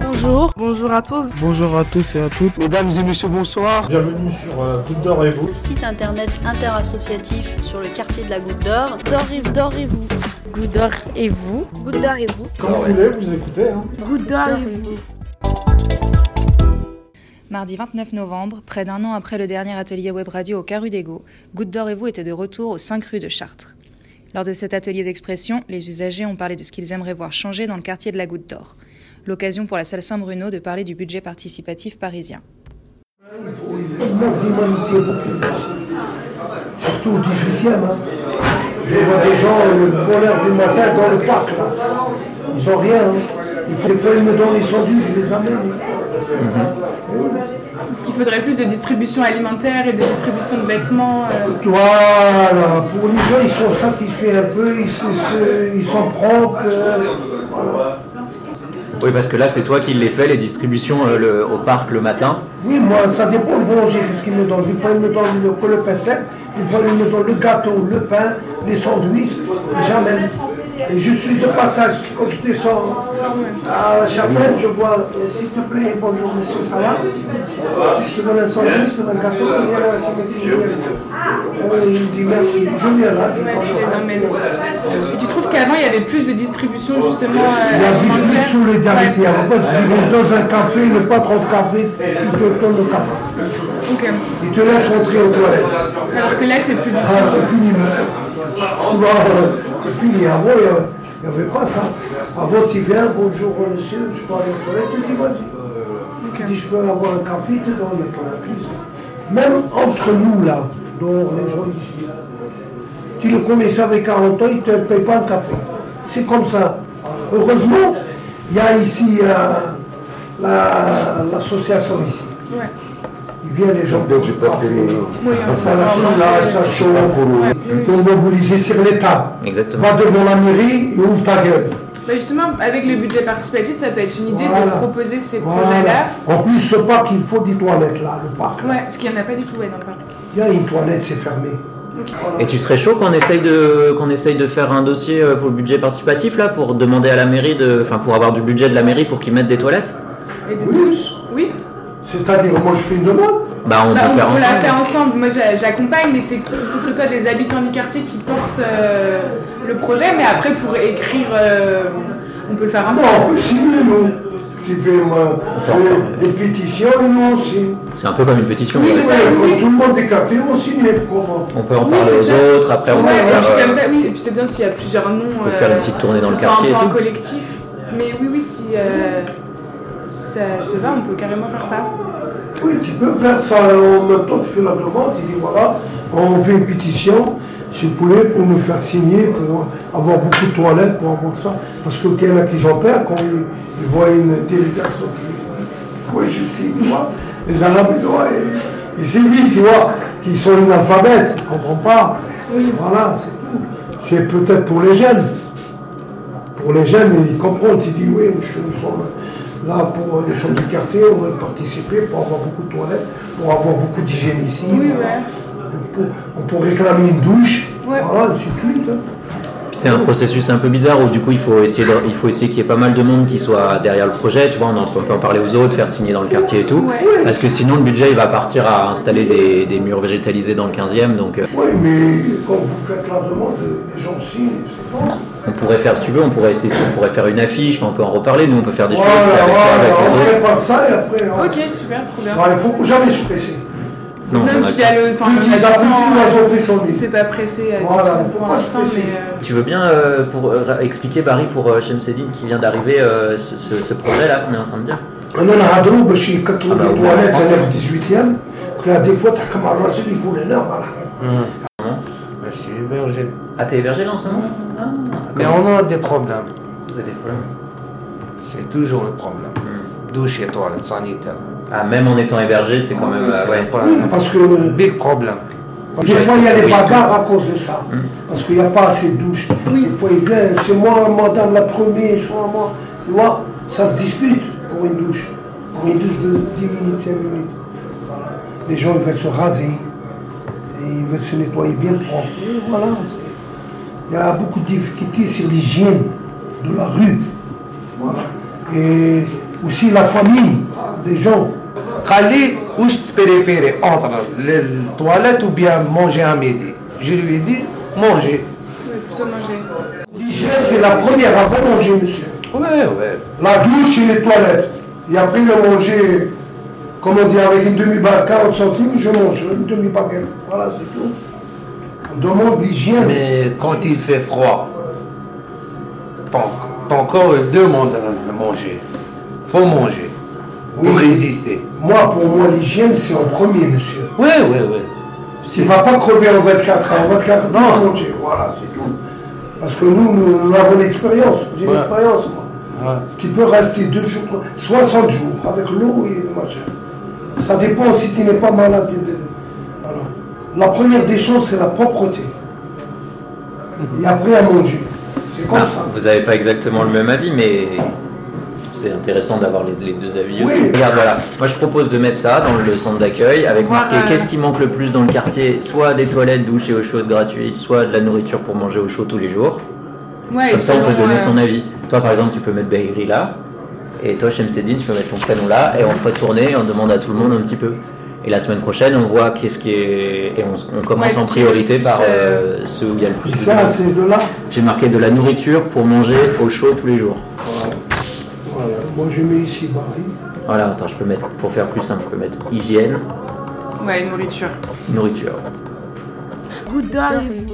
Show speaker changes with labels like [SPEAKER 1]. [SPEAKER 1] Bonjour.
[SPEAKER 2] Bonjour à tous.
[SPEAKER 3] Bonjour à tous et à toutes.
[SPEAKER 4] Mesdames et messieurs, bonsoir.
[SPEAKER 5] Bienvenue sur euh, Goutte d'Or et vous.
[SPEAKER 6] Site internet interassociatif sur le quartier de la Goutte d'Or.
[SPEAKER 1] D'or et, d'or et vous. Goutte d'or et vous.
[SPEAKER 7] Goutte d'or et vous.
[SPEAKER 5] Quand vous voulez, vous écoutez. Hein.
[SPEAKER 1] Goutte d'or et vous.
[SPEAKER 8] Mardi 29 novembre, près d'un an après le dernier atelier web radio au Caru d'Ego, Goutte d'Or et vous était de retour aux 5 rues de Chartres. Lors de cet atelier d'expression, les usagers ont parlé de ce qu'ils aimeraient voir changer dans le quartier de la Goutte d'Or. L'occasion pour la salle Saint-Bruno de parler du budget participatif parisien.
[SPEAKER 9] Il manque d'humanité Surtout au 18e. Hein. Je vois des gens le bonheur du matin dans le parc. Là. Ils n'ont rien. Hein. Des fois, ils me donnent les sandwichs, je les amène. Hein.
[SPEAKER 10] Mm-hmm. Il faudrait plus de distribution alimentaire et de distribution de vêtements. Euh...
[SPEAKER 9] Voilà, pour les gens, ils sont satisfaits un peu, ils, se, se, ils sont propres. Euh, voilà.
[SPEAKER 11] Oui, parce que là, c'est toi qui les fais, les distributions euh, le, au parc le matin.
[SPEAKER 9] Oui, moi, ça dépend. Bon, j'ai ce qu'ils me donnent. Des fois, ils me donnent le, le pain sec, des fois, ils me donnent le gâteau, le pain, les sandwichs, jamais. Et je suis de passage. Quand je descends à la chapelle, je vois, euh, s'il te plaît, bonjour, monsieur, ça va Si je te donne un sandwich, un gâteau, il y a là qui me dit, euh, il me dit merci, je viens là. Je
[SPEAKER 10] ouais, tu, tu trouves qu'avant, il y avait plus de distribution, justement euh,
[SPEAKER 9] Il y avait plus de solidarité. Ouais. Avant, tu vas dans un café, le patron de café, il te donne le café.
[SPEAKER 10] Okay.
[SPEAKER 9] Il te laisse rentrer aux toilettes.
[SPEAKER 10] Alors que là, c'est plus
[SPEAKER 9] Ah, c'est fini maintenant. Tu vois, euh, fini. Avant, il n'y avait pas ça. Avant, tu viens, bonjour monsieur, je peux aller aux toilettes, tu dis vas-y. Okay. Tu dis je peux avoir un café, tu donnes le plus. Même entre nous là, dehors, les gens ici, tu le connaissais avec 40 ans, ils ne te payent pas le café. C'est comme ça. Heureusement, il y a ici euh, la, l'association ici.
[SPEAKER 10] Ouais.
[SPEAKER 9] Il vient les gens de café, ça la soulage, ça chauffe. Pour mobiliser sur l'État.
[SPEAKER 11] Exactement.
[SPEAKER 9] Va devant la mairie et ouvre ta gueule.
[SPEAKER 10] Bah justement, avec le budget participatif, ça peut être une idée voilà. de proposer ces voilà. projets-là.
[SPEAKER 9] En plus, ce parc, il faut des toilettes, là, le parc.
[SPEAKER 10] Là. Ouais, parce qu'il n'y en a pas du tout ouais, dans le parc.
[SPEAKER 9] Il y a une toilette, c'est fermé.
[SPEAKER 11] Okay. Voilà. Et tu serais chaud qu'on essaye de qu'on essaye de faire un dossier euh, pour le budget participatif là pour demander à la mairie de enfin pour avoir du budget de la mairie pour qu'ils mettent des toilettes
[SPEAKER 10] et des oui. douches oui
[SPEAKER 9] c'est-à-dire, moi je fais une demande.
[SPEAKER 11] Bah, on,
[SPEAKER 10] bah,
[SPEAKER 11] peut on, faire
[SPEAKER 10] on
[SPEAKER 11] ensemble.
[SPEAKER 10] la fait ensemble. Moi j'accompagne, mais c'est faut que ce soit des habitants du quartier qui portent euh, le projet, mais après pour écrire, euh, on peut le faire ensemble.
[SPEAKER 9] Non, on peut signer, non. Tu fais euh, des pétitions et nous on signe.
[SPEAKER 11] C'est un peu comme une pétition.
[SPEAKER 9] Oui, ouais, quand tout le monde est quartier, on signe, pourquoi
[SPEAKER 11] On peut en parler
[SPEAKER 10] oui,
[SPEAKER 11] aux ça. autres, après on va
[SPEAKER 10] ouais,
[SPEAKER 11] faire.
[SPEAKER 10] Euh, comme ça, oui, et puis c'est bien s'il y a plusieurs noms. euh,
[SPEAKER 11] On peut faire une petite tournée dans le quartier.
[SPEAKER 10] Un collectif. Mais oui, oui, si, euh, si ça te va, on peut carrément faire ça.
[SPEAKER 9] Oui, tu peux faire ça euh, en même temps, tu fais la demande, tu dis voilà, on fait une pétition, s'il vous plaît, pour nous faire signer, pour avoir beaucoup de toilettes, pour avoir ça. Parce que qu'il y en a qui s'en perdent quand ils, ils, voient une délégation. Moi, je sais, tu vois, les Arabes, tu vois, ils, s'évitent, tu vois, qu'ils sont analphabètes, ils ne comprennent pas.
[SPEAKER 10] Oui.
[SPEAKER 9] Voilà, c'est tout. C'est peut-être pour les jeunes. Pour les jeunes, ils comprennent, tu dis oui, je suis là pour nous sommes du quartier, on veut participer pour avoir beaucoup de toilettes, pour avoir beaucoup d'hygiène ici.
[SPEAKER 10] Oui, voilà. ouais.
[SPEAKER 9] on, peut, on, peut, réclamer une douche,
[SPEAKER 10] ouais.
[SPEAKER 9] voilà, ainsi de suite. hein.
[SPEAKER 11] C'est un processus un peu bizarre où du coup il faut essayer, de, il faut essayer qu'il y ait pas mal de monde qui soit derrière le projet, tu vois, on, en, on peut en parler aux autres, faire signer dans le quartier et tout,
[SPEAKER 10] ouais.
[SPEAKER 11] parce que sinon le budget il va partir à installer des, des murs végétalisés dans le 15e, donc. euh,
[SPEAKER 9] Oui, mais quand vous faites la demande, les gens signent, c'est bon.
[SPEAKER 11] On pourrait faire, si tu veux, on pourrait essayer, on pourrait faire une affiche, on peut en reparler, nous on peut faire des
[SPEAKER 10] Oh
[SPEAKER 9] voilà,
[SPEAKER 11] choses. Avec,
[SPEAKER 9] voilà, avec on prépare ça et après. hein.
[SPEAKER 10] Ok, super, trop bien.
[SPEAKER 9] Il ne faut jamais se presser.
[SPEAKER 11] Non, non
[SPEAKER 10] il y a le temps. euh,
[SPEAKER 9] Ils ont fait son
[SPEAKER 10] C'est pas pressé. Euh,
[SPEAKER 9] voilà,
[SPEAKER 10] tout
[SPEAKER 9] faut pour pas se presser.
[SPEAKER 11] Euh... Tu veux bien euh, pour expliquer Barry pour Chemsedine qui vient d'arriver euh, ce, ce, ce, projet-là qu'on est en train de dire
[SPEAKER 9] انا نهضروا باش يكثروا الطواليت هنا في 18 تلاه دي فوا تحكم على الراجل يقول هنا
[SPEAKER 12] Hein? مرحبا Je suis hébergé.
[SPEAKER 11] Ah, t'es hébergé là en ce moment
[SPEAKER 10] Mm,
[SPEAKER 11] ah,
[SPEAKER 12] ben, Mais on a des problèmes.
[SPEAKER 11] Vous avez des problèmes
[SPEAKER 12] C'est toujours le problème. Douche et toilette sanitaire.
[SPEAKER 11] Ah, même en étant hébergé, c'est quand même.
[SPEAKER 12] Oui,
[SPEAKER 11] euh, ouais.
[SPEAKER 9] oui,
[SPEAKER 12] ah.
[SPEAKER 9] parce que.
[SPEAKER 12] Big problem.
[SPEAKER 9] Des fois, il y a des bagarres à cause de ça. Mmh. Parce qu'il n'y a pas assez de douches.
[SPEAKER 10] Oui.
[SPEAKER 9] Des fois, ils viennent, c'est moi, madame la première, soit moi. Tu vois, ça se dispute pour une douche. Pour une douche de 10 minutes, 5 minutes. Voilà. Les gens, ils veulent se raser. Et ils veulent se nettoyer bien propre. Et voilà. Il y a beaucoup de difficultés sur l'hygiène de la rue. Voilà. Et aussi la famille des gens.
[SPEAKER 12] Khalid, où je te préférais entre les toilettes ou bien manger à midi Je lui ai dit, manger.
[SPEAKER 10] Ouais, plutôt manger.
[SPEAKER 9] L'hygiène, c'est la première avant de manger, monsieur.
[SPEAKER 12] Ouais, ouais.
[SPEAKER 9] La douche et les toilettes. Et après le manger, comment dire, avec une demi-baguette, 40 centimes, je mange une demi-baguette. Voilà, c'est tout. On demande l'hygiène.
[SPEAKER 12] Mais quand il fait froid, ton, ton corps il demande à manger. Faut manger.
[SPEAKER 9] Oui.
[SPEAKER 12] Pour résister.
[SPEAKER 9] Moi, pour moi, l'hygiène, c'est en premier, monsieur.
[SPEAKER 12] Ouais, ouais, ouais.
[SPEAKER 9] Tu ne vas pas crever en 24 heures. En 24 heures, non. Voilà, c'est tout. Parce que nous, nous, nous avons l'expérience. J'ai
[SPEAKER 12] Ouais.
[SPEAKER 9] l'expérience, moi.
[SPEAKER 12] Ouais.
[SPEAKER 9] Tu peux rester deux jours, trois- 60 jours avec l'eau et le machin. Ça dépend si tu n'es pas malade. Alors, la première des choses, c'est la propreté. Et après, à manger. C'est comme
[SPEAKER 11] Ah,
[SPEAKER 9] ça.
[SPEAKER 11] Vous n'avez pas exactement le même avis, mais c'est intéressant d'avoir les, les deux avis aussi.
[SPEAKER 9] Oui.
[SPEAKER 11] Regarde, voilà. Moi, je propose de mettre ça dans le centre d'accueil avec marqué
[SPEAKER 10] Voilà.
[SPEAKER 11] qu'est-ce qui manque le plus dans le quartier Soit des toilettes, douches et eau chaude gratuites, soit de la nourriture pour manger au chaud tous les jours.
[SPEAKER 10] Ouais,
[SPEAKER 11] Comme ça, on peut
[SPEAKER 10] selon,
[SPEAKER 11] donner
[SPEAKER 10] euh,
[SPEAKER 11] son avis. Toi, par exemple, tu peux mettre Bahiri là. Et toi, Chemseddine, tu peux mettre ton prénom là. Et on fait tourner et on demande à tout le monde un petit peu. Et la semaine prochaine, on voit qu'est-ce qui est. Et on, s- on commence
[SPEAKER 10] Ouais, ce
[SPEAKER 11] en
[SPEAKER 10] qui est le
[SPEAKER 11] priorité
[SPEAKER 10] plus,
[SPEAKER 11] par
[SPEAKER 10] euh,
[SPEAKER 11] euh, ceux où il y a le plus
[SPEAKER 9] Et
[SPEAKER 11] de
[SPEAKER 9] ça,
[SPEAKER 11] demandes.
[SPEAKER 9] c'est de là.
[SPEAKER 11] J'ai marqué de la nourriture pour manger au chaud tous les jours.
[SPEAKER 9] Voilà. Moi, je mets ici Marie.
[SPEAKER 11] Voilà, attends, je peux mettre, pour faire plus simple, je peux mettre hygiène,
[SPEAKER 10] Ouais, nourriture.
[SPEAKER 11] nourriture.
[SPEAKER 1] Good dog.